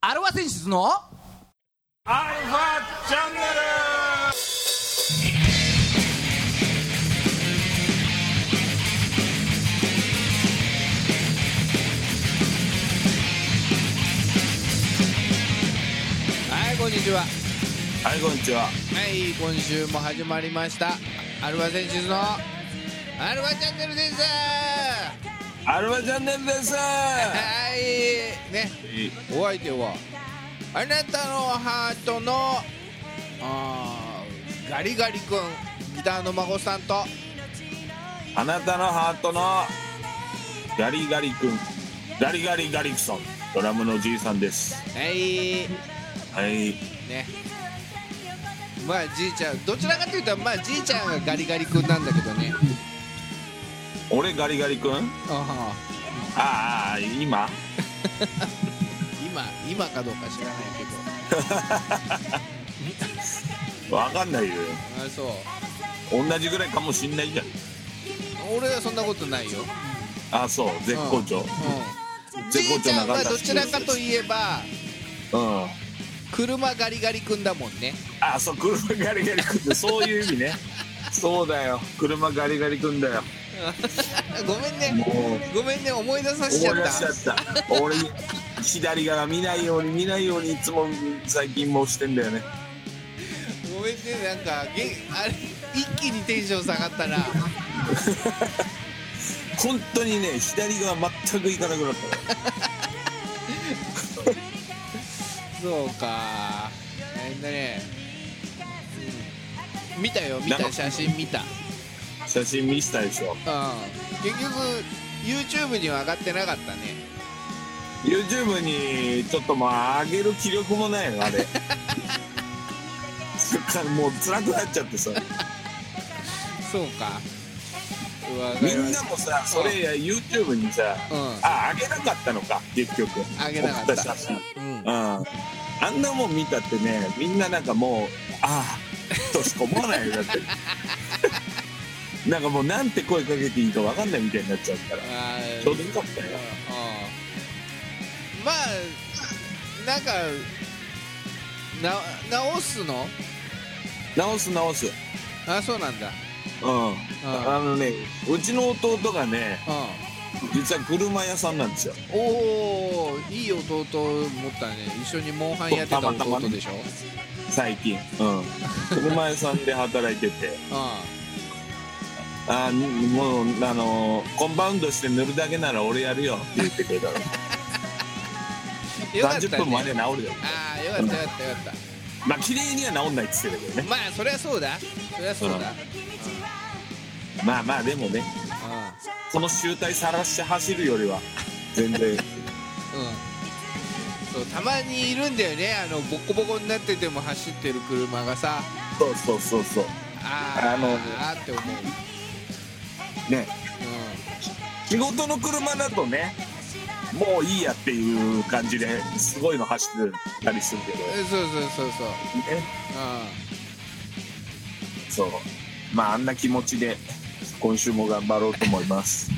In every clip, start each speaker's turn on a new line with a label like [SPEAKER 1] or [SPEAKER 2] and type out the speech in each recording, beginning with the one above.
[SPEAKER 1] アルファ選出の
[SPEAKER 2] アルファチャンネル
[SPEAKER 3] はいこんにちはは
[SPEAKER 2] はいこんにちはい
[SPEAKER 3] 今週も始まりましたアルファ選手のアルファチャンネルですは
[SPEAKER 2] アルファチャンネルです
[SPEAKER 3] いねお相手はあなたのハートのあーガリガリ君ギターの孫さんと
[SPEAKER 2] あなたのハートのガリガリ君ガリガリガリクソンドラムのじいさんです
[SPEAKER 3] はい
[SPEAKER 2] はい
[SPEAKER 3] ねまあじいちゃんどちらかというとまあじいちゃんがガリガリ君なんだけどね
[SPEAKER 2] 俺ガリガリ君
[SPEAKER 3] あ
[SPEAKER 2] ああ今
[SPEAKER 3] ー今今かどうか知らないけど
[SPEAKER 2] わかんないよ
[SPEAKER 3] あそう
[SPEAKER 2] 同じぐらいかもしんないじゃん
[SPEAKER 3] 俺はそんなことないよ
[SPEAKER 2] ああそう絶好調
[SPEAKER 3] うん
[SPEAKER 2] 絶
[SPEAKER 3] じ
[SPEAKER 2] 好
[SPEAKER 3] いち
[SPEAKER 2] 調
[SPEAKER 3] ゃ
[SPEAKER 2] なん
[SPEAKER 3] は
[SPEAKER 2] 方
[SPEAKER 3] どちらかといえば
[SPEAKER 2] うん
[SPEAKER 3] 車ガリガリ君だもんね
[SPEAKER 2] あそう車ガリガリ君ってそういう意味ねそうだよ車ガリガリ君だよ
[SPEAKER 3] ごめん
[SPEAKER 2] も
[SPEAKER 3] ね
[SPEAKER 2] う
[SPEAKER 3] ごめんね思い出さ
[SPEAKER 2] 思い
[SPEAKER 3] せ
[SPEAKER 2] 出
[SPEAKER 3] ちゃった
[SPEAKER 2] しちゃった俺左側見ないように見ないようにいつも最近もうしてんだよね
[SPEAKER 3] ごめんねなんかげあれ一気にテンション下がったら
[SPEAKER 2] 本当にね左側全く行かなくなっ
[SPEAKER 3] そうか大変だね、うん見たよ見た写真見たうん
[SPEAKER 2] た写真見せたでしょ
[SPEAKER 3] 結局 YouTube には上がってなかったね
[SPEAKER 2] YouTube にちょっとまあ上げる気力もないのあれそっからもう辛くなっちゃってさ
[SPEAKER 3] そうかうわ
[SPEAKER 2] みんなもさそれ YouTube にさ
[SPEAKER 3] うん
[SPEAKER 2] あ上げなかったのか結局
[SPEAKER 3] 上げなかった
[SPEAKER 2] 送写
[SPEAKER 3] う
[SPEAKER 2] 真
[SPEAKER 3] ん
[SPEAKER 2] うん、あんなもん見たってねみんななんかもうああとしか思わないよだって なんかもうなんて声かけていいか分かんないみたいになっちゃうから
[SPEAKER 3] あー
[SPEAKER 2] ちょうどよかったよ
[SPEAKER 3] うんまあなんかな直すの
[SPEAKER 2] 直す直す
[SPEAKER 3] あそうなんだ
[SPEAKER 2] うんあのねうちの弟がね
[SPEAKER 3] う
[SPEAKER 2] 実は車屋さんなんですよ
[SPEAKER 3] んおおいい弟持ったね一緒にモンハンやってた
[SPEAKER 2] たまたまね
[SPEAKER 3] 弟でしょ
[SPEAKER 2] 最近うん車屋さんで働いてて あーもうあのーコンパウンドして塗るだけなら俺やるよって言ってくれたら、
[SPEAKER 3] うんよかった
[SPEAKER 2] 30分もあれ
[SPEAKER 3] ね
[SPEAKER 2] ば治るよ
[SPEAKER 3] ああよかったよかったよかっ
[SPEAKER 2] まあ綺麗には治んないって言ってたけど
[SPEAKER 3] た
[SPEAKER 2] ね
[SPEAKER 3] まあそりゃそうだそりゃそうだ、
[SPEAKER 2] うん
[SPEAKER 3] うん
[SPEAKER 2] まあまあでもねその集体さらして走るよりは全然
[SPEAKER 3] うんそうたまにいるんだよねあのボコボコになってても走ってる車がさ
[SPEAKER 2] そうそうそうそう
[SPEAKER 3] あー
[SPEAKER 2] あの
[SPEAKER 3] あーって思う、
[SPEAKER 2] ね
[SPEAKER 3] うん、
[SPEAKER 2] 仕事の車だとねもういいやっていう感じですごいの走ってたりするけど
[SPEAKER 3] えそうそうそうそう、
[SPEAKER 2] ね
[SPEAKER 3] う
[SPEAKER 2] そうまああんな気持ちで今週も頑張ろうと思います
[SPEAKER 3] ん、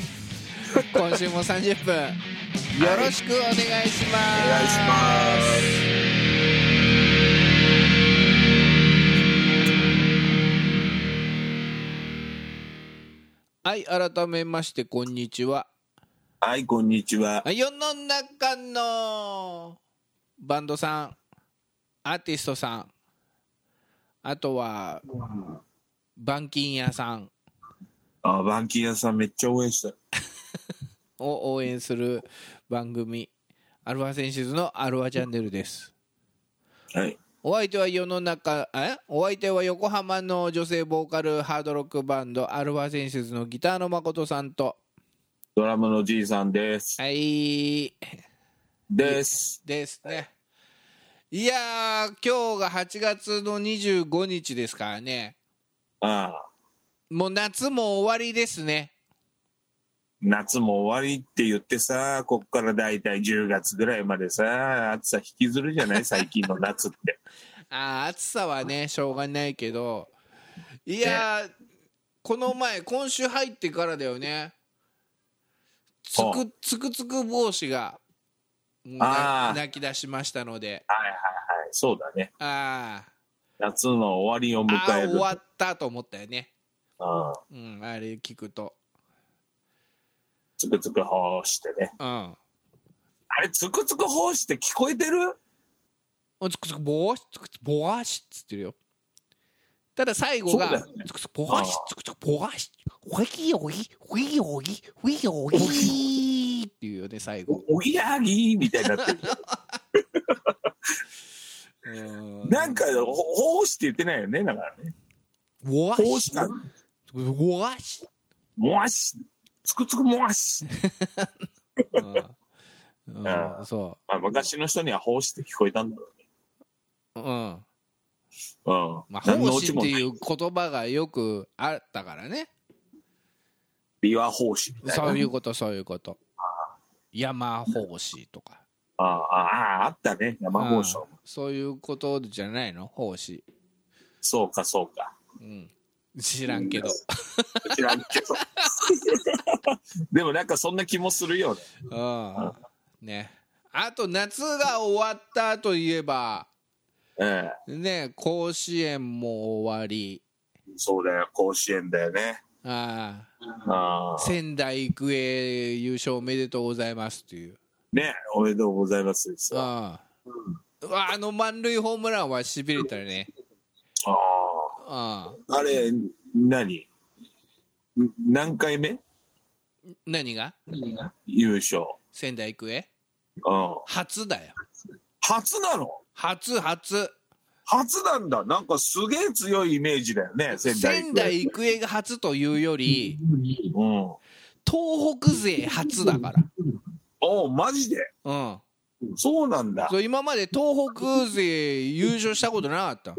[SPEAKER 3] 今週も30分 よろしくお願いします、
[SPEAKER 2] お願いします
[SPEAKER 3] はい改めましてこんにちは
[SPEAKER 2] はいこんにちは
[SPEAKER 3] 世の中のバンドさんアーティストさんあとは板金屋さん
[SPEAKER 2] あバンキー屋さんめっちゃ応援した
[SPEAKER 3] を応援する番組アルファセンシズのアルファチャンネルです
[SPEAKER 2] はい
[SPEAKER 3] お相手は世の中えお相手は横浜の女性ボーカルハードロックバンドアルファセンシズのギターの誠さんと
[SPEAKER 2] ドラムのじいさんです
[SPEAKER 3] はい
[SPEAKER 2] です
[SPEAKER 3] ですねいやー今日が8月の25日ですからね
[SPEAKER 2] ああ
[SPEAKER 3] もう夏も終わりですね
[SPEAKER 2] 夏も終わりって言ってさ、こっからだいたい10月ぐらいまでさ、暑さ引きずるじ ゃない最近の夏って。
[SPEAKER 3] あー暑さはねしょうがないけどいやー、この前今週入ってからだよねつ
[SPEAKER 2] ほ
[SPEAKER 3] くつくつく帽子がもうな
[SPEAKER 2] あー
[SPEAKER 3] 泣き出しましたので
[SPEAKER 2] はいはいはいそうだね
[SPEAKER 3] あー
[SPEAKER 2] 夏の終わりを
[SPEAKER 3] あ
[SPEAKER 2] 迎え
[SPEAKER 3] ー
[SPEAKER 2] る
[SPEAKER 3] 終わったと思ったよね、
[SPEAKER 2] うん、
[SPEAKER 3] うん、あれ聞くと、
[SPEAKER 2] つくつくほーしてね
[SPEAKER 3] うん、
[SPEAKER 2] あれつくつくほーして聞こえてる
[SPEAKER 3] つくつくぼわしつくつくぼわしっつってるよただ最後
[SPEAKER 2] そうだ
[SPEAKER 3] が
[SPEAKER 2] よね
[SPEAKER 3] つくつくぼわし
[SPEAKER 2] あ
[SPEAKER 3] つくつくぼわしおぎおぎおぎおぎおぎおぎっていうよね最後
[SPEAKER 2] おおぎやはぎみたいになって るなんかほほーして言ってないよねだからね
[SPEAKER 3] ぼわ
[SPEAKER 2] ほーし
[SPEAKER 3] し
[SPEAKER 2] か
[SPEAKER 3] ぼわし
[SPEAKER 2] もわしつくつくもわし、
[SPEAKER 3] うんうん
[SPEAKER 2] あー
[SPEAKER 3] そ
[SPEAKER 2] まあ、昔の人にはほーして聞こえたんだろ
[SPEAKER 3] ううん
[SPEAKER 2] ううん
[SPEAKER 3] まあ、
[SPEAKER 2] 何の
[SPEAKER 3] 奉
[SPEAKER 2] オチ
[SPEAKER 3] 仕っ
[SPEAKER 2] も
[SPEAKER 3] て
[SPEAKER 2] ない
[SPEAKER 3] いう言葉がよくあったからね。
[SPEAKER 2] 琵琶法師みたいな
[SPEAKER 3] そういうこと、そういうこと。山奉仕とか。
[SPEAKER 2] あああああったね山法師
[SPEAKER 3] うんそういうことじゃないの奉仕。
[SPEAKER 2] そうかそうか
[SPEAKER 3] うん。知らんけど。
[SPEAKER 2] 知らんけど でもなんかそんな気もするよね
[SPEAKER 3] うん。ね。あと、夏が終わったといえば、
[SPEAKER 2] え
[SPEAKER 3] ね、甲子園も終わり、
[SPEAKER 2] えそうだよ甲子園だよね
[SPEAKER 3] あ
[SPEAKER 2] あ
[SPEAKER 3] あ
[SPEAKER 2] あ
[SPEAKER 3] 仙台育英優勝おめでとうございますっていう。
[SPEAKER 2] ねおめでとうございますですよあ
[SPEAKER 3] あああの満塁ホームランはしびれたね。
[SPEAKER 2] あ
[SPEAKER 3] ああ
[SPEAKER 2] あれ何ん何回目
[SPEAKER 3] 何が
[SPEAKER 2] 優勝
[SPEAKER 3] 仙台育英
[SPEAKER 2] うん
[SPEAKER 3] 初だよ
[SPEAKER 2] 初なの
[SPEAKER 3] 初初
[SPEAKER 2] 初なんだなんかすげえ強いイメージだよね仙台
[SPEAKER 3] 仙台育英が初というより
[SPEAKER 2] うん
[SPEAKER 3] 東北勢初だから
[SPEAKER 2] おうマジで
[SPEAKER 3] うん
[SPEAKER 2] そうなんだ
[SPEAKER 3] そう今まで東北勢優勝したことなかった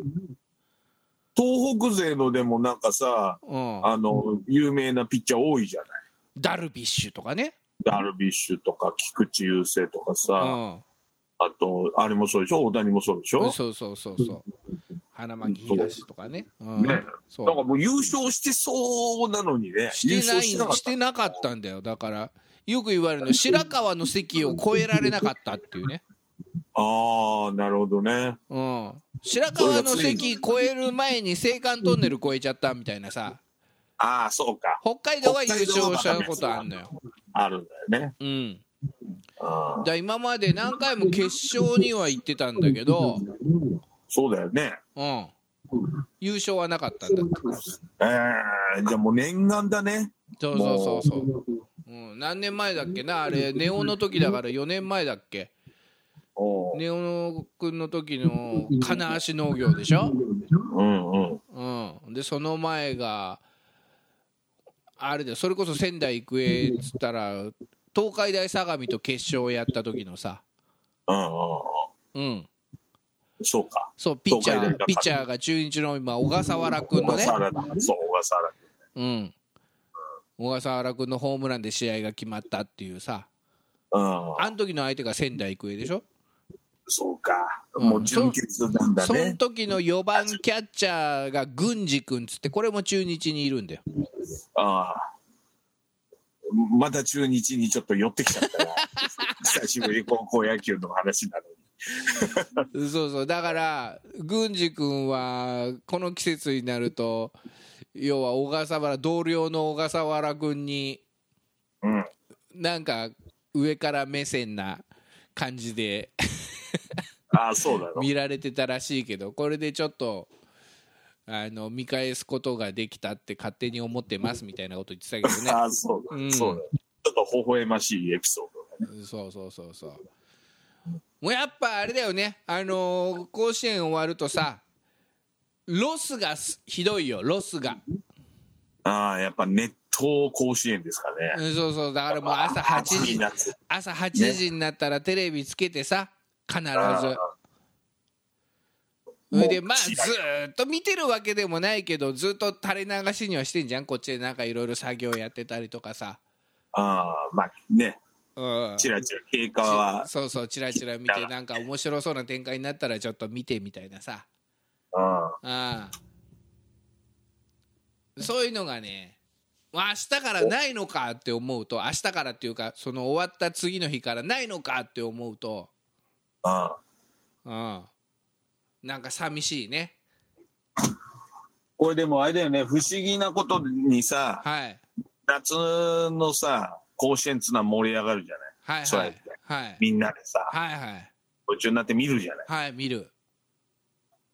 [SPEAKER 2] 東北勢のでもなんかさ
[SPEAKER 3] うん
[SPEAKER 2] あの有名なピッチャー多いじゃない
[SPEAKER 3] ダルビッシュとかね
[SPEAKER 2] ダルビッシュとか菊池雄星とか
[SPEAKER 3] う
[SPEAKER 2] さ、
[SPEAKER 3] ん
[SPEAKER 2] あとあれもそうでしょ大谷もそうでしょ、
[SPEAKER 3] そうそうそうそう花巻東とかねうん
[SPEAKER 2] ね
[SPEAKER 3] そ
[SPEAKER 2] なんか
[SPEAKER 3] う
[SPEAKER 2] もう優勝してそうなのにね
[SPEAKER 3] して
[SPEAKER 2] 優
[SPEAKER 3] な
[SPEAKER 2] 勝
[SPEAKER 3] い
[SPEAKER 2] してなかっ
[SPEAKER 3] してなかったんだよだからよく言われるの白川の席を越えられなかったっていうね
[SPEAKER 2] たああなるほどね
[SPEAKER 3] うん、白川の関越える前に青函トンネル越えちゃったみたいなさ
[SPEAKER 2] ああそうか
[SPEAKER 3] 北海道は優勝したことあんのよ、
[SPEAKER 2] あるんだよね
[SPEAKER 3] うん、だ
[SPEAKER 2] あー
[SPEAKER 3] から今まで何回も決勝には行ってたんだけど、
[SPEAKER 2] そうだよね
[SPEAKER 3] うん、優勝はなかったんだって
[SPEAKER 2] えー、じゃあもう念願だね
[SPEAKER 3] そうそうそうそう、うん、何年前だっけなあれネオの時だから4年前だっけ
[SPEAKER 2] おう
[SPEAKER 3] ネオの君の時の金足農業でしょ、
[SPEAKER 2] うんうん
[SPEAKER 3] うん、でその前があれだよそれこそ仙台育英っつったら東海大相模と決勝やった時のさ、
[SPEAKER 2] うんう
[SPEAKER 3] う
[SPEAKER 2] ん
[SPEAKER 3] ん、
[SPEAKER 2] うんそうか
[SPEAKER 3] そうピッチャ
[SPEAKER 2] 東海大
[SPEAKER 3] ー
[SPEAKER 2] が
[SPEAKER 3] ピッチャーが中日の今小笠原君の
[SPEAKER 2] 小
[SPEAKER 3] ね
[SPEAKER 2] 笠、原だそう小笠原
[SPEAKER 3] うん、小笠原君のホームランで試合が決まったっていうさ
[SPEAKER 2] うん
[SPEAKER 3] あの時の相手が仙台育英でしょ
[SPEAKER 2] そうか、
[SPEAKER 3] うん
[SPEAKER 2] もう準決なんだ
[SPEAKER 3] その
[SPEAKER 2] ね。
[SPEAKER 3] 時の4番キャッチャーが郡司君っつってこれも中日にいるんだよ
[SPEAKER 2] ああまた中日にちょっと寄ってきちゃ ったな久しぶり高校野球の話なのに。
[SPEAKER 3] そうそうだから郡司君はこの季節になると要は小笠原同僚の小笠原君に
[SPEAKER 2] うん、
[SPEAKER 3] なんか上から目線な感じで
[SPEAKER 2] ああそうだろ
[SPEAKER 3] 見られてたらしいけどこれでちょっとあの見返すことができたって勝手に思ってますみたいなこと言ってたけどね
[SPEAKER 2] ああそうだ、
[SPEAKER 3] うん
[SPEAKER 2] そうだちょっと微笑ましいエピソードだね。
[SPEAKER 3] そうそうそうそうもうやっぱあれだよねあのー甲子園終わるとさロスがすひどいよロスが。
[SPEAKER 2] ああやっぱ熱湯甲子園ですかね。
[SPEAKER 3] うんそうそうだからもう朝8
[SPEAKER 2] 暑い
[SPEAKER 3] 時
[SPEAKER 2] 夏
[SPEAKER 3] 朝8時になったらテレビつけてさ必ず
[SPEAKER 2] あ
[SPEAKER 3] それで
[SPEAKER 2] もう
[SPEAKER 3] まあず
[SPEAKER 2] 違う
[SPEAKER 3] ーっと見てるわけでもないけどずっと垂れ流しにはしてんじゃんこっちでなんかいろいろ作業やってたりとかさ
[SPEAKER 2] ああまあね
[SPEAKER 3] うん
[SPEAKER 2] ちらちら経過は
[SPEAKER 3] そうそうチラチラ見てなんか面白そうな展開になったらちょっと見てみたいなさ
[SPEAKER 2] ああ
[SPEAKER 3] ああそういうのがね明日からないのかって思うと明日からっていうかその終わった次の日からないのかって思うと
[SPEAKER 2] ああ
[SPEAKER 3] うんなんか寂しいね
[SPEAKER 2] これでもあれだよね不思議なことにさ
[SPEAKER 3] はい
[SPEAKER 2] 夏のさ甲子園っつうのは盛り上がるじゃない
[SPEAKER 3] はい
[SPEAKER 2] そう
[SPEAKER 3] は
[SPEAKER 2] やっ
[SPEAKER 3] い
[SPEAKER 2] て
[SPEAKER 3] はい
[SPEAKER 2] みんなでさ
[SPEAKER 3] はいはい
[SPEAKER 2] 途中になって見るじゃない
[SPEAKER 3] はい見る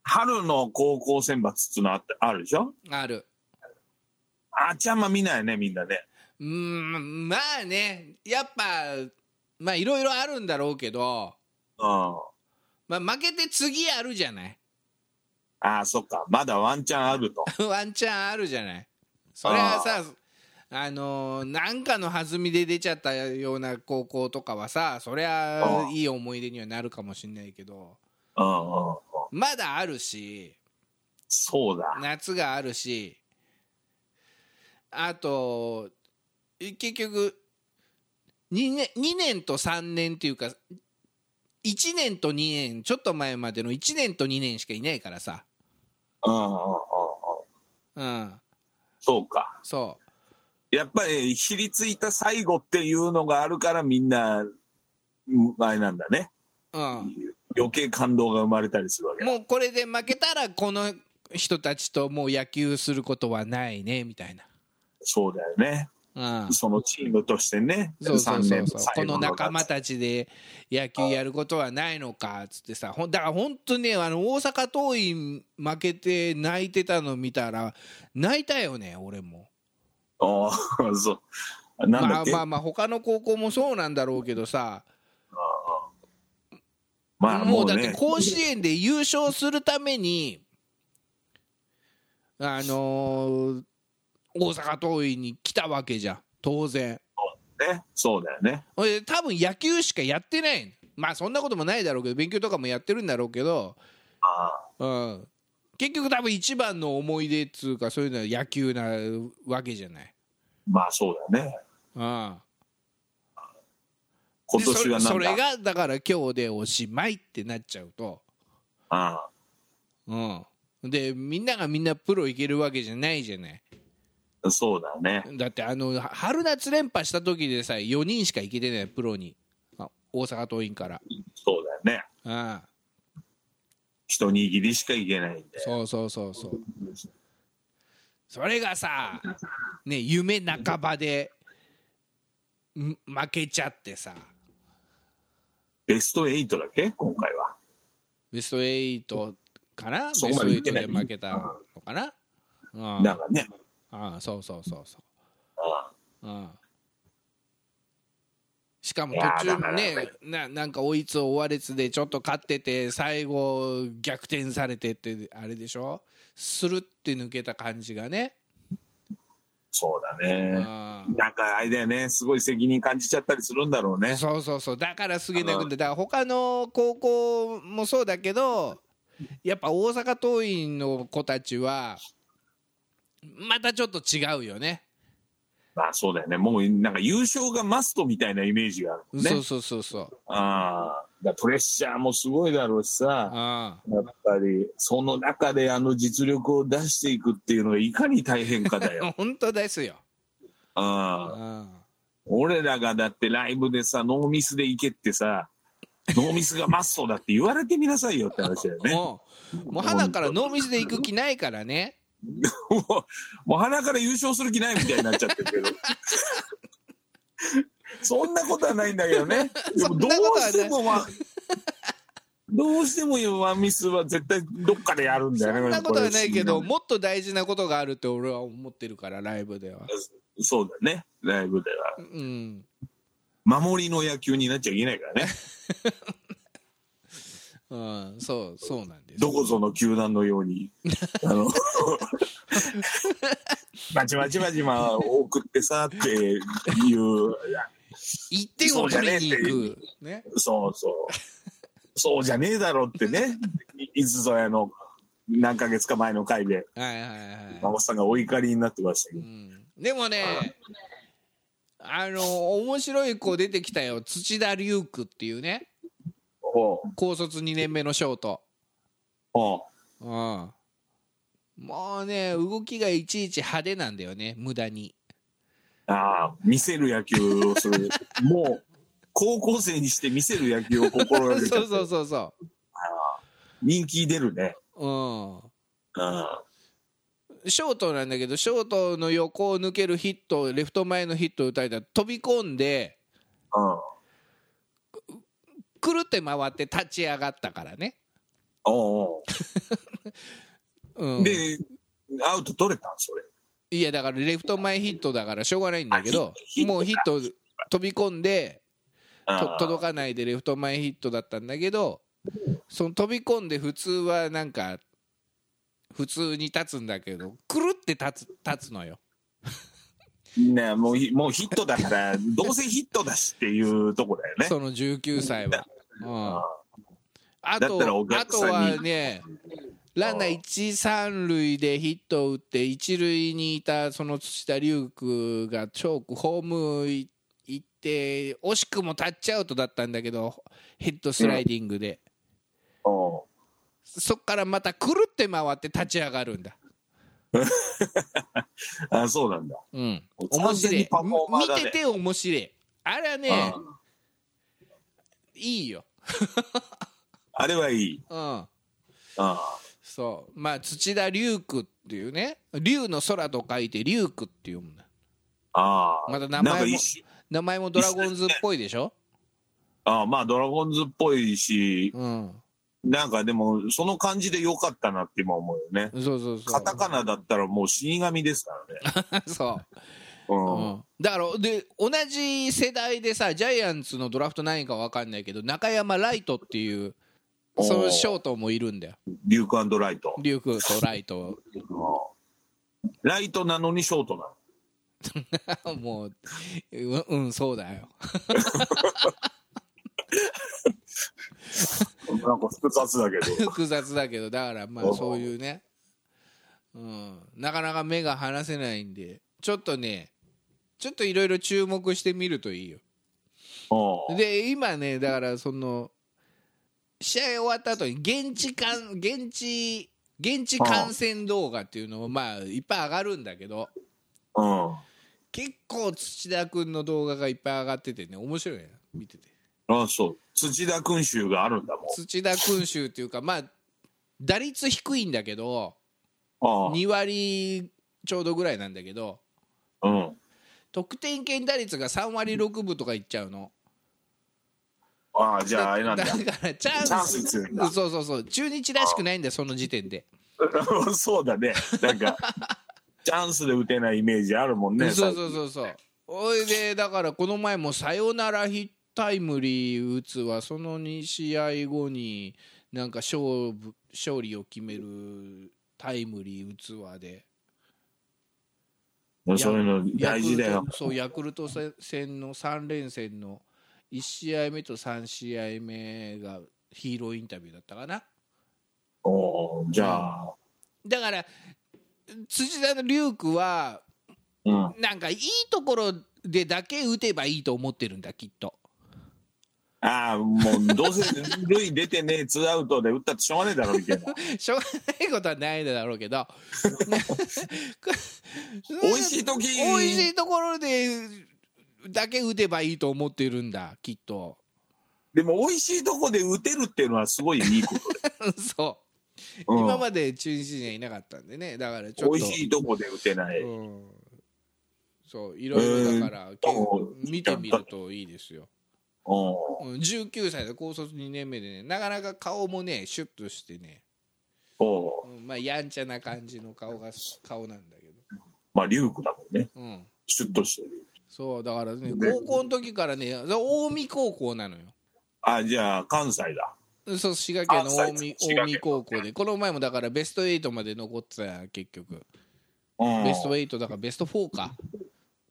[SPEAKER 2] 春の高校選抜っつうのあってあるでしょ
[SPEAKER 3] ある
[SPEAKER 2] あっちゃんま見ないねみんなね
[SPEAKER 3] うーんまあねやっぱまあいろいろあるんだろうけど、
[SPEAKER 2] うん
[SPEAKER 3] まあ、負けて次あるじゃない
[SPEAKER 2] ああそっかまだワンチャンあると
[SPEAKER 3] ワンチャンあるじゃないそれはさあのーなんかの弾みで出ちゃったような高校とかはさそりゃ
[SPEAKER 2] あ
[SPEAKER 3] いい思い出にはなるかもしんないけど
[SPEAKER 2] うんうんうん
[SPEAKER 3] まだあるし
[SPEAKER 2] そうだ
[SPEAKER 3] 夏があるしあとい結局2年 ,2 年と3年っていうか1年と2年ちょっと前までの1年と2年しかいないからさ
[SPEAKER 2] うんうんうんうん
[SPEAKER 3] うん
[SPEAKER 2] そうか
[SPEAKER 3] そ
[SPEAKER 2] やっぱりひりついた最後っていうのがあるからみんなうんあれなんだね
[SPEAKER 3] ううん
[SPEAKER 2] 余計感動が生まれたりするわけだ
[SPEAKER 3] もうこれで負けたらこの人たちともう野球することはないねみたい
[SPEAKER 2] そうだよね
[SPEAKER 3] な、うん、
[SPEAKER 2] そのチームとしてね
[SPEAKER 3] そうそう
[SPEAKER 2] 3
[SPEAKER 3] そ
[SPEAKER 2] 年
[SPEAKER 3] うそうこ
[SPEAKER 2] 最後
[SPEAKER 3] の仲間
[SPEAKER 2] 夏
[SPEAKER 3] たちで野球やることはないのかっつってさほんだから本当にねあの大阪桐蔭負けて泣いてたの見たら泣いたよね俺も
[SPEAKER 2] ああ そうなんだ
[SPEAKER 3] ま
[SPEAKER 2] っ
[SPEAKER 3] あ
[SPEAKER 2] け、
[SPEAKER 3] まあまあ他の高校もそうなんだろうけどさ
[SPEAKER 2] ま
[SPEAKER 3] も
[SPEAKER 2] あも
[SPEAKER 3] う
[SPEAKER 2] う
[SPEAKER 3] だっ
[SPEAKER 2] ね
[SPEAKER 3] て甲子園で優勝するためにあのー大阪桐蔭に来たわけじゃん当然
[SPEAKER 2] ねそうだよね
[SPEAKER 3] ほいで多分野球しかやってないまあそんなこともないだろうけど勉強とかもやってるんだろうけど、
[SPEAKER 2] あ
[SPEAKER 3] うん、結局多分一番の思い出っつうかそういうのは野球なわけじゃない、
[SPEAKER 2] まあそうだよね
[SPEAKER 3] うん、
[SPEAKER 2] 今
[SPEAKER 3] でそ
[SPEAKER 2] 年
[SPEAKER 3] れ
[SPEAKER 2] はなんだ
[SPEAKER 3] それがだから今日でおしまいってなっちゃうと、
[SPEAKER 2] ああ
[SPEAKER 3] うん、でみんながみんなプロ行けるわけじゃないじゃない
[SPEAKER 2] そうだね
[SPEAKER 3] だってあの春夏連覇した時でさえ4人しか行けてないプロにあ大阪桐蔭から、
[SPEAKER 2] そうだよね
[SPEAKER 3] うん、
[SPEAKER 2] 一握りしかいけないんで
[SPEAKER 3] そうそうそうそうそれがさ、ね、夢半ばでん負けちゃってさ
[SPEAKER 2] ベスト8だっけ今回は
[SPEAKER 3] ベスト8かなベス
[SPEAKER 2] そ
[SPEAKER 3] ト
[SPEAKER 2] こまで行って
[SPEAKER 3] 8
[SPEAKER 2] ない
[SPEAKER 3] で負けたのかなうん
[SPEAKER 2] なんかね
[SPEAKER 3] うんそうそうそうそ
[SPEAKER 2] あ
[SPEAKER 3] う、うん、しかも
[SPEAKER 2] いやー
[SPEAKER 3] 途中
[SPEAKER 2] だから
[SPEAKER 3] ねななんか追いつ追われつでちょっと勝ってて最後逆転されてってあれでしょスルって抜けた感じがね、
[SPEAKER 2] そうだ
[SPEAKER 3] う
[SPEAKER 2] ね
[SPEAKER 3] ん、
[SPEAKER 2] なんかあれだよねすごい責任感じちゃったりするんだろうね
[SPEAKER 3] そうそうそうだからすげえ泣くんだだから他の高校もそうだけどやっぱ大阪桐蔭の子たちはまたちょっと違うよね
[SPEAKER 2] まあそうだよねもうなんか優勝がマストみたいなイメージがあるもんね
[SPEAKER 3] そうそうそうそう
[SPEAKER 2] ああだからプレッシャーもすごいだろうしさ
[SPEAKER 3] あ
[SPEAKER 2] やっぱりその中であの実力を出していくっていうのがいかに大変かだ よ
[SPEAKER 3] あ本当ですよ
[SPEAKER 2] ああ
[SPEAKER 3] あ
[SPEAKER 2] 俺らがだってライブでさノーミスで行けってさノーミスがマストだって言われてみなさいよって話だよ
[SPEAKER 3] あ
[SPEAKER 2] ね
[SPEAKER 3] もうもう花からノーミスで行く気ないからね
[SPEAKER 2] もうもう鼻から優勝する気ないみたいになっちゃってるけど そんなことはないんだけどねでもどうしてもワンどうしてもワンミスは絶対どっかでやるんだ
[SPEAKER 3] そ
[SPEAKER 2] よね
[SPEAKER 3] んなことはないけど
[SPEAKER 2] こ
[SPEAKER 3] もっと大事なことがあるって俺は思ってるからライブでは
[SPEAKER 2] れそうだねライブでは
[SPEAKER 3] うん
[SPEAKER 2] 守りの野球になっちゃいけないからね
[SPEAKER 3] うんそうそうなんです
[SPEAKER 2] どこぞの球団のよう に、あの、まちまちまちま送ってさっていう、
[SPEAKER 3] 一点を取りに行くね
[SPEAKER 2] そうそう、そうじゃねえだろってね、いいつぞやの何ヶ月か前の回で、
[SPEAKER 3] はいはいはい
[SPEAKER 2] 孫さんがお怒りになってましたけ
[SPEAKER 3] う
[SPEAKER 2] ど、
[SPEAKER 3] んでもね、あの面白い子出てきたよ、土田龍空っていうね、
[SPEAKER 2] ほう
[SPEAKER 3] 高卒2年目のショート。
[SPEAKER 2] ほ
[SPEAKER 3] うん、もうね、動きがいちいち派手なんだよね、無駄に。
[SPEAKER 2] ああ、見せる野球を する。もう、高校生にして見せる野球を心がけて、
[SPEAKER 3] そうそうそうそ
[SPEAKER 2] 人気出るね。
[SPEAKER 3] う、うん、
[SPEAKER 2] うん。
[SPEAKER 3] ショートなんだけどショートの横を抜けるヒットレフト前のヒットを打たれたら飛び込んで
[SPEAKER 2] うん。
[SPEAKER 3] くるって回って立ち上がったからね、
[SPEAKER 2] おうお
[SPEAKER 3] う
[SPEAKER 2] う、
[SPEAKER 3] ん、
[SPEAKER 2] で、アウト取れたんそれ。
[SPEAKER 3] いやだからレフト前ヒットだからしょうがないんだけど
[SPEAKER 2] あヒット
[SPEAKER 3] もうヒット飛び込んでと
[SPEAKER 2] うん
[SPEAKER 3] 届かないでレフト前ヒットだったんだけどその飛び込んで普通はなんか普通に立つんだけどくるって立つ立つのよ
[SPEAKER 2] ねもうひ、もうヒット だから、どうせヒットだしっていうとこだよね。
[SPEAKER 3] その19歳は。うんあ
[SPEAKER 2] だったらお
[SPEAKER 3] と、あ
[SPEAKER 2] 客
[SPEAKER 3] と
[SPEAKER 2] さんに
[SPEAKER 3] はね、ランナー一三塁でヒットを打って、一塁にいたその土田龍空がチョークホームい行って、惜しくもタッチアウトだったんだけど、ヘッドスライディングで、
[SPEAKER 2] おう
[SPEAKER 3] そっからまたくるって回って立ち上がるんだ。
[SPEAKER 2] あ、そうなんだ。
[SPEAKER 3] うん、面
[SPEAKER 2] 完
[SPEAKER 3] 白
[SPEAKER 2] 全
[SPEAKER 3] い
[SPEAKER 2] にパフォーマーだ
[SPEAKER 3] み
[SPEAKER 2] ね
[SPEAKER 3] 見てて面白いあれは
[SPEAKER 2] う
[SPEAKER 3] ね、
[SPEAKER 2] ん
[SPEAKER 3] いいよ、
[SPEAKER 2] あれはいい。
[SPEAKER 3] うん、
[SPEAKER 2] うん
[SPEAKER 3] そうまあ土田龍空っていうね龍の空と書いて龍空っていうんだ
[SPEAKER 2] ああ。
[SPEAKER 3] まだ名
[SPEAKER 2] なんか
[SPEAKER 3] 前も
[SPEAKER 2] 一
[SPEAKER 3] 名前もドラゴンズっぽいでしょ、
[SPEAKER 2] ああまあ、ドラゴンズっぽいし、
[SPEAKER 3] うん、
[SPEAKER 2] なんかでも、その感じで良かったなって今思うよね。
[SPEAKER 3] そうそうそう
[SPEAKER 2] カタカナだったらもう死神ですか らね。。
[SPEAKER 3] そうう、うんん、だからで同じ世代でさジャイアンツのドラフト何位か分かんないけど中山ライトっていうそのショートもいるんだよ
[SPEAKER 2] リュークライト。
[SPEAKER 3] 龍空とライ ト
[SPEAKER 2] うんライトなのにショートなの。
[SPEAKER 3] もうううんそうだよ
[SPEAKER 2] なんか複雑だけど。
[SPEAKER 3] 複雑だけどだからま
[SPEAKER 2] お
[SPEAKER 3] あ
[SPEAKER 2] う
[SPEAKER 3] そういうね、うん、なかなか目が離せないんでちょっとねちょっといろいろ注目してみるといいよ
[SPEAKER 2] うん
[SPEAKER 3] で今ねだからその試合終わった後に現地観現地現地観戦動画っていうのもまあいっぱい上がるんだけど
[SPEAKER 2] うん。
[SPEAKER 3] 結構土田君の動画がいっぱい上がっててね面白いな見てて
[SPEAKER 2] ああ、そう。土田君集があるんだ
[SPEAKER 3] 土田君集っていうかまあ打率低いんだけど
[SPEAKER 2] もん。
[SPEAKER 3] 2割ちょうどぐらいなんだけど
[SPEAKER 2] ああ。うん。
[SPEAKER 3] 得点圏打率が3割6分とかいっちゃうの
[SPEAKER 2] ああ、じゃああれなんだ。
[SPEAKER 3] だからチ
[SPEAKER 2] チャ
[SPEAKER 3] ャン
[SPEAKER 2] ンス
[SPEAKER 3] ス
[SPEAKER 2] 強いんだ。
[SPEAKER 3] そうそうそう中日らしくないんだよその時点で
[SPEAKER 2] そうだね。なんか、チャンスで打てないイメージあるもんね。
[SPEAKER 3] そうそうそうそうおいでだからこの前もサヨナラヒッタイムリー打つはその2試合後になんか勝負勝利を決めるタイムリー打つわで
[SPEAKER 2] 最近そういうの大事だ
[SPEAKER 3] ヤ
[SPEAKER 2] よ
[SPEAKER 3] クル。トそうヤクルト戦の3連戦の1試合目と3試合目がヒーローインタビューだったかな
[SPEAKER 2] おおじゃあ、
[SPEAKER 3] だから辻田の龍空は
[SPEAKER 2] うん。
[SPEAKER 3] なんかいいところでだけ打てばいいと思ってるんだきっと
[SPEAKER 2] ああ、もう、どうせ、塁出てねえ、ツーアウトで打ったってしょうがねえだろ、みたいな。
[SPEAKER 3] しょうがないことはないだろうけ ど
[SPEAKER 2] 美味しい時
[SPEAKER 3] 美味しいところでだけ打てばいいと思ってるんだきっと
[SPEAKER 2] でも、美味しいとこで打てるっていうのはすごいいいことだよ。
[SPEAKER 3] そう、
[SPEAKER 2] うん
[SPEAKER 3] 今まで中日にはいなかったんでねだからちょっと
[SPEAKER 2] 美味しいとこで打てない。
[SPEAKER 3] うん、そういろいろだから、け
[SPEAKER 2] うん
[SPEAKER 3] 見てみるといいですよ、
[SPEAKER 2] おお
[SPEAKER 3] うん、19歳で高卒2年目でねなかなか顔もねシュッとしてね、
[SPEAKER 2] おう
[SPEAKER 3] うんまあやんちゃな感じの顔が顔なんだけ
[SPEAKER 2] まあ、リュークだもんね。
[SPEAKER 3] ど、うん、
[SPEAKER 2] シュッとしてる。
[SPEAKER 3] そうだからね
[SPEAKER 2] ね
[SPEAKER 3] 高校の時からね近江高校なのよ
[SPEAKER 2] あ、じゃあ、関西だ。
[SPEAKER 3] そう滋賀県の
[SPEAKER 2] あそう
[SPEAKER 3] 近江
[SPEAKER 2] 滋
[SPEAKER 3] 近
[SPEAKER 2] 賀県
[SPEAKER 3] 江高校でこの前もだからベスト8まで残ってたよ結局
[SPEAKER 2] うん。
[SPEAKER 3] ベスト8だからベスト4か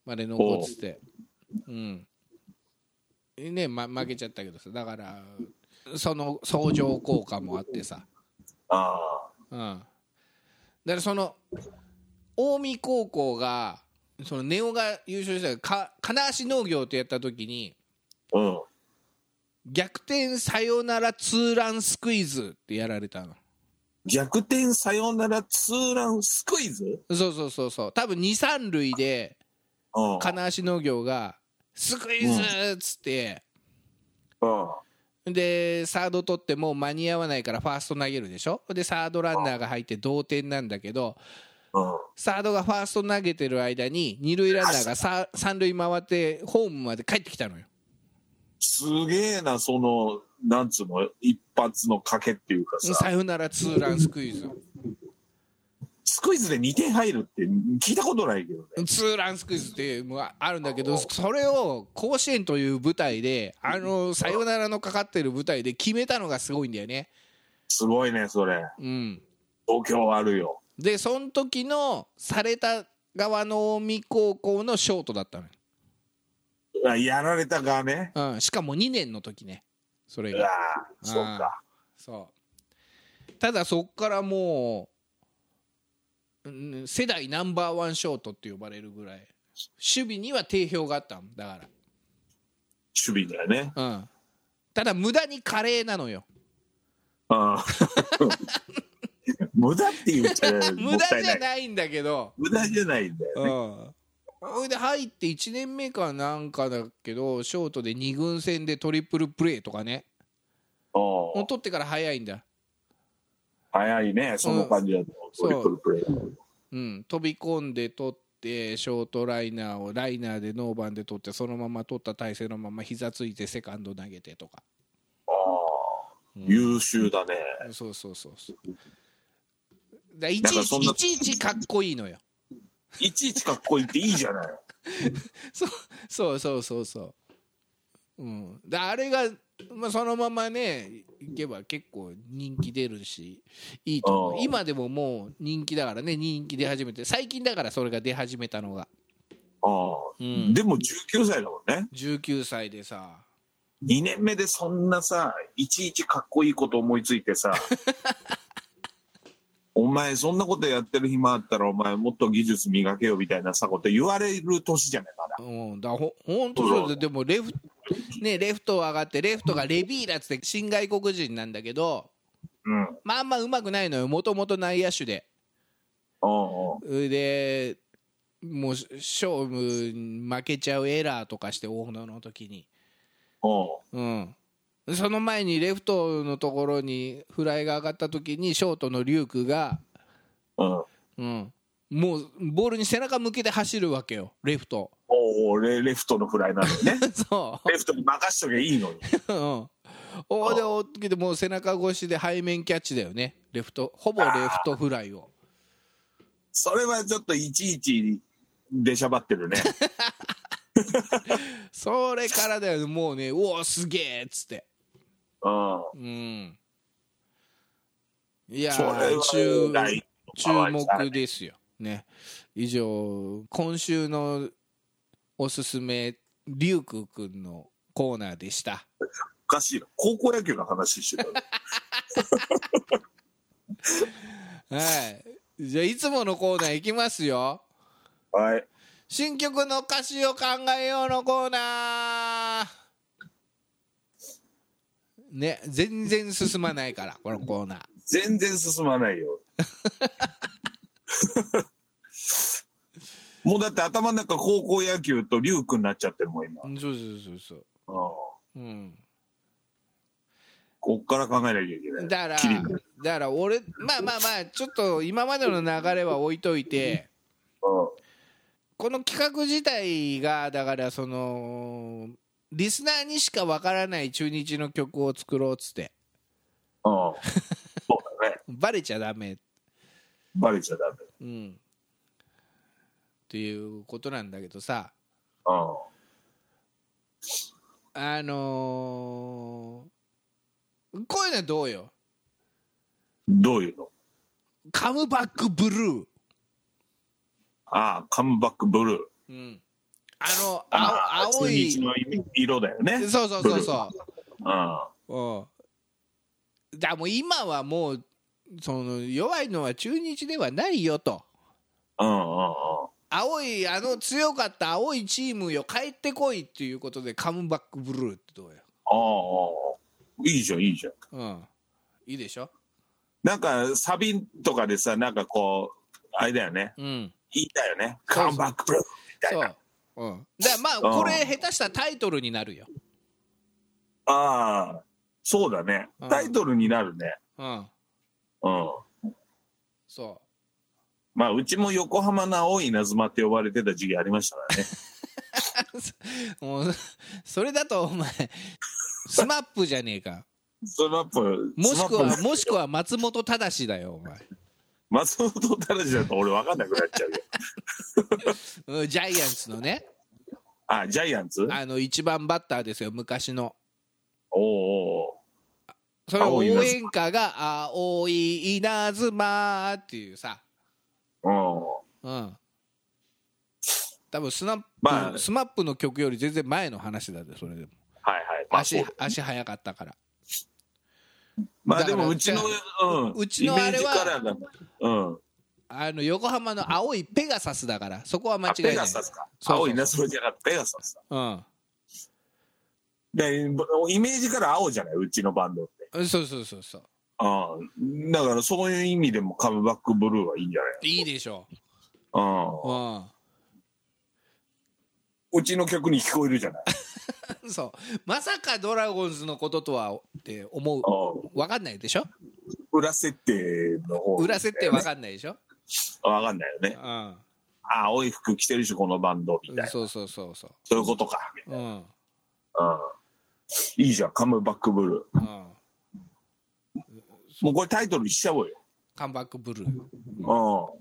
[SPEAKER 3] まで残っててうんね、ま、負けちゃったけどさだからその相乗効果もあってさ、
[SPEAKER 2] あ
[SPEAKER 3] うん、だからその近江高校がそのネオが優勝したか金足農業とやった時に
[SPEAKER 2] あ。うん。
[SPEAKER 3] 逆転サヨナラツーランスクイズってやられたの
[SPEAKER 2] 逆転サヨナラツーランスクイズ
[SPEAKER 3] そうそうそうそう多分二三塁で
[SPEAKER 2] うん
[SPEAKER 3] 金足農業が「スクイズ!」っつって、
[SPEAKER 2] うん
[SPEAKER 3] でサード取ってもう間に合わないからファースト投げるでしょでサードランナーが入って同点なんだけど
[SPEAKER 2] うん
[SPEAKER 3] サードがファースト投げてる間に二塁ランナーがさ三塁回ってホームまで帰ってきたのよ
[SPEAKER 2] すげえなそのなんつうの一発の賭けっていうかさ
[SPEAKER 3] さよならツーランスクイズ
[SPEAKER 2] スクイズで2点入るって聞いたことないけどね
[SPEAKER 3] ツーランスクイズってもうああるんだけどそれを甲子園という舞台であのさよならのかかってる舞台で決めたのがすごいんだよね
[SPEAKER 2] すごいねそれ
[SPEAKER 3] うん
[SPEAKER 2] 東京あるよ
[SPEAKER 3] でその時のされた側の近江高校のショートだったのよ
[SPEAKER 2] あやられた側ね
[SPEAKER 3] うん、しかも2年の時ねそれ
[SPEAKER 2] うわ
[SPEAKER 3] が
[SPEAKER 2] ーそうか
[SPEAKER 3] そうただそっからもう、うん世代ナンバーワンショートって呼ばれるぐらい守備には定評があったんだか
[SPEAKER 2] 守備だよね
[SPEAKER 3] ら、うん、ただ無駄に華麗なのよ
[SPEAKER 2] うん 無駄って言っちゃも
[SPEAKER 3] 無
[SPEAKER 2] っ
[SPEAKER 3] 駄
[SPEAKER 2] たい
[SPEAKER 3] じゃ
[SPEAKER 2] ない
[SPEAKER 3] ないんだけど
[SPEAKER 2] 無駄じゃないんだよ
[SPEAKER 3] う
[SPEAKER 2] ね
[SPEAKER 3] んそれで入って1年目かなんかだけどショートで2軍戦でトリプルプレーとかね
[SPEAKER 2] う
[SPEAKER 3] もうん取ってから早いんだ
[SPEAKER 2] 早いねその感じだと
[SPEAKER 3] そ
[SPEAKER 2] ト
[SPEAKER 3] う
[SPEAKER 2] リプルプレー
[SPEAKER 3] うん、飛び込んで取ってショートライナーをライナーでノーバンで取ってそのまま取った体勢のまま膝ついてセカンド投げてとか、
[SPEAKER 2] ああ
[SPEAKER 3] うん
[SPEAKER 2] 優秀だね
[SPEAKER 3] そうそうそうそうだいちい
[SPEAKER 2] なんか
[SPEAKER 3] ち
[SPEAKER 2] そんない
[SPEAKER 3] ちいちかっこいいのよ
[SPEAKER 2] いちいちかっこいいっていいじゃない
[SPEAKER 3] そうそうそうそう、うん、だあれが、まあ、そのままねいけば結構人気出るしいいと思
[SPEAKER 2] あ
[SPEAKER 3] う
[SPEAKER 2] ー
[SPEAKER 3] 今でももう人気だからね人気出始めて最近だからそれが出始めたのが、
[SPEAKER 2] ああ
[SPEAKER 3] うん、
[SPEAKER 2] でも19歳だもんね
[SPEAKER 3] 19歳でさ
[SPEAKER 2] 2年目でそんなさいちいちかっこいいこと思いつい てさお前そんなことやってる暇あったらお前もっと技術磨けよみたいなさこと言われる年じゃないまだ
[SPEAKER 3] うん、だほほんとそうででもレフ,、ね、レフト上がってレフトがレビーラっつって新外国人なんだけど
[SPEAKER 2] うん
[SPEAKER 3] まああんまうまくないのよもともと内野手で
[SPEAKER 2] おうおう
[SPEAKER 3] でもうし勝負に負けちゃうエラーとかして大野の時に、
[SPEAKER 2] おう
[SPEAKER 3] うん、その前にレフトのところにフライが上がった時にショートのリュウクが、
[SPEAKER 2] うん
[SPEAKER 3] うん、もうボールに背中向けて走るわけよレフト
[SPEAKER 2] おうおうレレフトのフライなのにね
[SPEAKER 3] そう
[SPEAKER 2] レフトに任しときゃいいのに
[SPEAKER 3] うん、おーでおーけどもう背中越しで背面キャッチだよねレフトほぼレフトフライを
[SPEAKER 2] それはちょっといちいち出しゃばっ てるね
[SPEAKER 3] それからだよねもう ねおおすげえっつって
[SPEAKER 2] うん
[SPEAKER 3] うんいや
[SPEAKER 2] それ
[SPEAKER 3] ー
[SPEAKER 2] はない
[SPEAKER 3] 注注目ですよね以上今週のおすすめリュウク君のコーナーでした
[SPEAKER 2] おかしいな高校野球の話してた
[SPEAKER 3] はいじゃあいつものコーナーいきますよ
[SPEAKER 2] はい
[SPEAKER 3] 新曲の歌詞を考えようのコーナーね全然進まないからこのコーナー
[SPEAKER 2] 全然進まな いよもうだって頭の中高校野球と龍君になっちゃってるもん今、うん、
[SPEAKER 3] そうそうそうそう
[SPEAKER 2] こ
[SPEAKER 3] うん
[SPEAKER 2] っから考えなきゃいけない
[SPEAKER 3] だからだ
[SPEAKER 2] キリがうん
[SPEAKER 3] から俺まあまあまあちょっと今までの流れは置いといてこの企画自体がだからそのリスナーにしかわからない中日の曲を作ろうっつって
[SPEAKER 2] うんそうだね
[SPEAKER 3] バレちゃダメ
[SPEAKER 2] バレちゃダメ
[SPEAKER 3] うんっていうことなんだけどさ
[SPEAKER 2] う
[SPEAKER 3] あのーこういうのはどうよ
[SPEAKER 2] んどういうの
[SPEAKER 3] カムバックブルー、
[SPEAKER 2] ああカムバックブルー
[SPEAKER 3] うん、あの
[SPEAKER 2] あ
[SPEAKER 3] 青
[SPEAKER 2] あ
[SPEAKER 3] 青い
[SPEAKER 2] 中日の色だよね
[SPEAKER 3] そうそうそうそ
[SPEAKER 2] う
[SPEAKER 3] う、
[SPEAKER 2] ん
[SPEAKER 3] うん、だからもう今はもうその弱いのは中日ではないよと
[SPEAKER 2] うんうん
[SPEAKER 3] 青いあの強かった青いチームよ帰ってこいっていうことでカムバックブルーってどうよ、
[SPEAKER 2] うんああいいじゃんいいじゃん
[SPEAKER 3] うん、いいでしょ、
[SPEAKER 2] なんかサビとかでさなんかこうあれだよね
[SPEAKER 3] うん、
[SPEAKER 2] いいんだよね
[SPEAKER 3] そうそう
[SPEAKER 2] カムバックブルーみたい
[SPEAKER 3] そ
[SPEAKER 2] な
[SPEAKER 3] ううん、だからまあ
[SPEAKER 2] あー
[SPEAKER 3] これ下手したらタイトルになるよ、
[SPEAKER 2] ああ、そうだね
[SPEAKER 3] うん。
[SPEAKER 2] タイトルになるね。
[SPEAKER 3] うん、
[SPEAKER 2] うん。
[SPEAKER 3] そ
[SPEAKER 2] まあ、うちも横浜の青い稲妻って呼ばれてた時期ありました からね。
[SPEAKER 3] うもう それだとお前スマップじゃねえか
[SPEAKER 2] スマップ、
[SPEAKER 3] もしく
[SPEAKER 2] スマッ
[SPEAKER 3] は
[SPEAKER 2] プ
[SPEAKER 3] もしくは松本忠だよお前
[SPEAKER 2] 松本忠だと俺分かんなくなっちゃうよ。
[SPEAKER 3] うんジャイアンツのね
[SPEAKER 2] あ、ジャイアンツ
[SPEAKER 3] あの一番バッターですよ昔の
[SPEAKER 2] おうおう
[SPEAKER 3] その応
[SPEAKER 2] 青い稲妻
[SPEAKER 3] 援歌が「青い稲妻」っていうさ
[SPEAKER 2] おう。うん。
[SPEAKER 3] うん多分スナップ、
[SPEAKER 2] まあ
[SPEAKER 3] スマップの曲より全然前の話だでそれでも
[SPEAKER 2] はいはい。まあ、そ
[SPEAKER 3] 足
[SPEAKER 2] う
[SPEAKER 3] 足速かったから
[SPEAKER 2] まあ
[SPEAKER 3] だか
[SPEAKER 2] で
[SPEAKER 3] ら
[SPEAKER 2] もうちの、うん、
[SPEAKER 3] うちのあれは
[SPEAKER 2] イメージカラーが、うん。
[SPEAKER 3] あの横浜の青いペガサスだからそこは間違
[SPEAKER 2] あ、
[SPEAKER 3] いな
[SPEAKER 2] ペ
[SPEAKER 3] い
[SPEAKER 2] ガサスか。
[SPEAKER 3] そうそうそう
[SPEAKER 2] 青い稲妻じゃなくて、ペガサスだ。
[SPEAKER 3] うん
[SPEAKER 2] で、イメージカラー青じゃない、うちのバンドって。
[SPEAKER 3] うんそうそうそうそう
[SPEAKER 2] ああ、だからそういう意味でもカムバックブルーはいいんじゃ
[SPEAKER 3] いいでしょ
[SPEAKER 2] ないうん
[SPEAKER 3] う、うん
[SPEAKER 2] うちの曲に聞こえるじゃない。
[SPEAKER 3] そうまさかドラゴンズのこととはって思う
[SPEAKER 2] うん
[SPEAKER 3] 分かんないでしょ
[SPEAKER 2] 裏設定の方、
[SPEAKER 3] 裏設定分かんないでしょ、
[SPEAKER 2] わかんないよ
[SPEAKER 3] う
[SPEAKER 2] ね。
[SPEAKER 3] ん、
[SPEAKER 2] あ、青い服着てるし、このバンドみたいな。
[SPEAKER 3] そうそうそうそ
[SPEAKER 2] そういうことか。
[SPEAKER 3] ううん
[SPEAKER 2] うん。いいじゃん、カムバックブル
[SPEAKER 3] う
[SPEAKER 2] ー。
[SPEAKER 3] ん
[SPEAKER 2] もうこれタイトルにしちゃおうよ。
[SPEAKER 3] カムバックブルーだか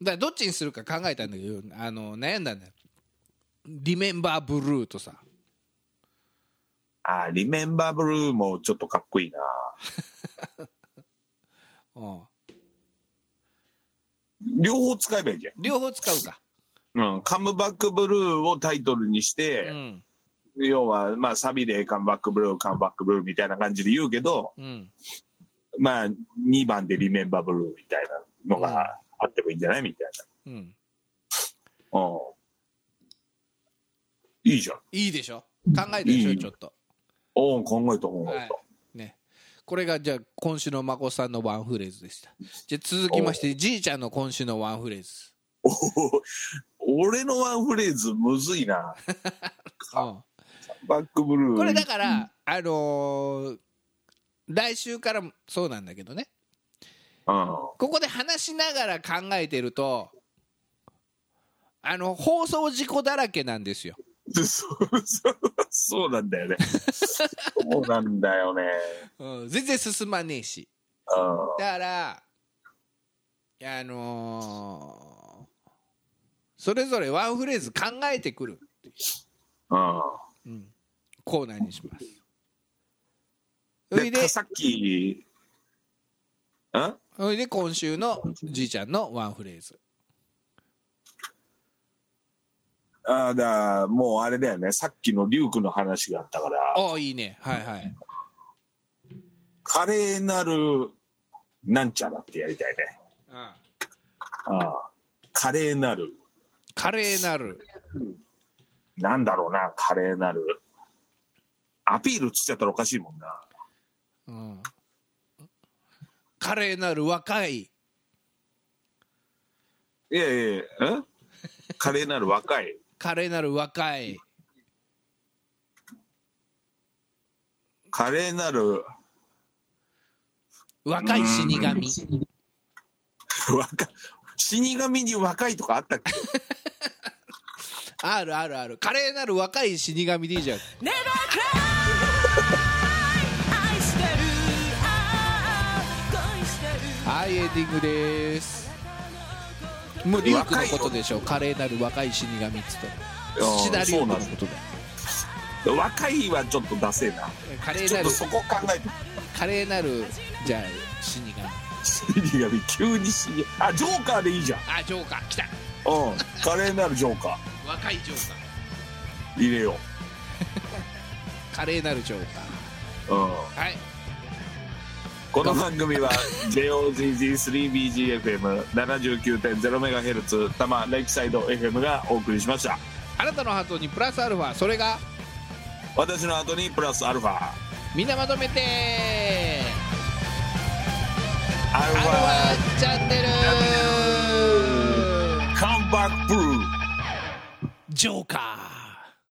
[SPEAKER 2] う
[SPEAKER 3] らどっちにするか考えたんだけどあの悩んだんだよリメンバーブルーとさ
[SPEAKER 2] ん。あ、リメンバーブルーもちょっとかっこいいな。
[SPEAKER 3] うん
[SPEAKER 2] 両方使えばいいじ
[SPEAKER 3] 両方使うか
[SPEAKER 2] ゃん。うん。カムバックブルーをタイトルにし
[SPEAKER 3] う
[SPEAKER 2] て、
[SPEAKER 3] ん
[SPEAKER 2] 要は、まあ、サビでカムバックブルー、カムバックブルーみたいな感じで言うけど、
[SPEAKER 3] うん
[SPEAKER 2] まあ、2番でリメンバーブルーみたいなのがあってもいいんじゃないみたい
[SPEAKER 3] うん
[SPEAKER 2] な。うん。いいじゃん。
[SPEAKER 3] いいでしょ考えたでしょ
[SPEAKER 2] いい
[SPEAKER 3] ちょっと
[SPEAKER 2] おお、考えた考
[SPEAKER 3] は
[SPEAKER 2] え
[SPEAKER 3] いねこれがじゃあ今週のまこさんのワンフレーズでしたじゃあ続きましてじいちゃんの今週のワンフレーズ
[SPEAKER 2] た。俺のワンフレーズむずいな。
[SPEAKER 3] う
[SPEAKER 2] バックブル
[SPEAKER 3] ん、
[SPEAKER 2] ー。
[SPEAKER 3] これだから、あのー来週からもそうなんだけどね
[SPEAKER 2] うん。
[SPEAKER 3] ここで話しながら考えてるとあの放送事故だらけなんですよ
[SPEAKER 2] そうそうそうな んだよね。そうなんだよね。
[SPEAKER 3] うん、全然進まねえし
[SPEAKER 2] うん。
[SPEAKER 3] だからあのーそれぞれワンフレーズ考えてくる、
[SPEAKER 2] うん
[SPEAKER 3] うん、コーナーにしますそれ
[SPEAKER 2] で
[SPEAKER 3] で
[SPEAKER 2] さっき、ん
[SPEAKER 3] それで今週のじいちゃんのワンフレーズ
[SPEAKER 2] あーだもうあれだよね。さっきのリュウクの話があったから。
[SPEAKER 3] ああいいねはいはい
[SPEAKER 2] 華麗なるなんちゃらってやりたいね。
[SPEAKER 3] ああ
[SPEAKER 2] ああ華麗なる。
[SPEAKER 3] 華麗なる
[SPEAKER 2] なんだろうな、華麗なる。アピールつっちゃったらおかしいもんな。
[SPEAKER 3] うん華麗なる若い
[SPEAKER 2] いやいやいや、ん華麗なる若い。
[SPEAKER 3] 華麗なる若い
[SPEAKER 2] 華麗なる
[SPEAKER 3] 若い死神
[SPEAKER 2] 若い。死神に若いとかあっ たっけ
[SPEAKER 3] あるあるある華麗なる若い死神でいいじゃん
[SPEAKER 1] Never cry 愛してるああ恋してる
[SPEAKER 3] はいエンディングですもうリュウクのことでしょ華麗なる若い死神っつったら
[SPEAKER 2] うん
[SPEAKER 3] 土田リュ
[SPEAKER 2] そう
[SPEAKER 3] ウク
[SPEAKER 2] な
[SPEAKER 3] の
[SPEAKER 2] んだ
[SPEAKER 3] ことだよ
[SPEAKER 2] 若いはちょっとダセえな。
[SPEAKER 3] 華麗
[SPEAKER 2] ちょ
[SPEAKER 3] な
[SPEAKER 2] っ
[SPEAKER 3] る
[SPEAKER 2] とそこ考えて。
[SPEAKER 3] 華麗なるじゃあ死神
[SPEAKER 2] 死神、急に死神。あ、ジョーカーでいいじゃん。
[SPEAKER 3] あジョーカー来た
[SPEAKER 2] うん。華麗なるジョーカ
[SPEAKER 3] 若いジョーカ
[SPEAKER 2] ー。入れよ
[SPEAKER 3] ー華麗なるジョーカ
[SPEAKER 2] う。うん。
[SPEAKER 3] ーはい
[SPEAKER 2] この番組は JOZZ3BGFM79.0MHz 多摩レイクサイド FM がお送りしました
[SPEAKER 3] あなたのハートにプラスアルファそれが
[SPEAKER 2] 私の後にプラスアルファア
[SPEAKER 3] みんなまとめて
[SPEAKER 2] ルフ
[SPEAKER 3] アルフ
[SPEAKER 2] ァ
[SPEAKER 3] ァチャンネル
[SPEAKER 2] カムバックブルー
[SPEAKER 3] ジョーカ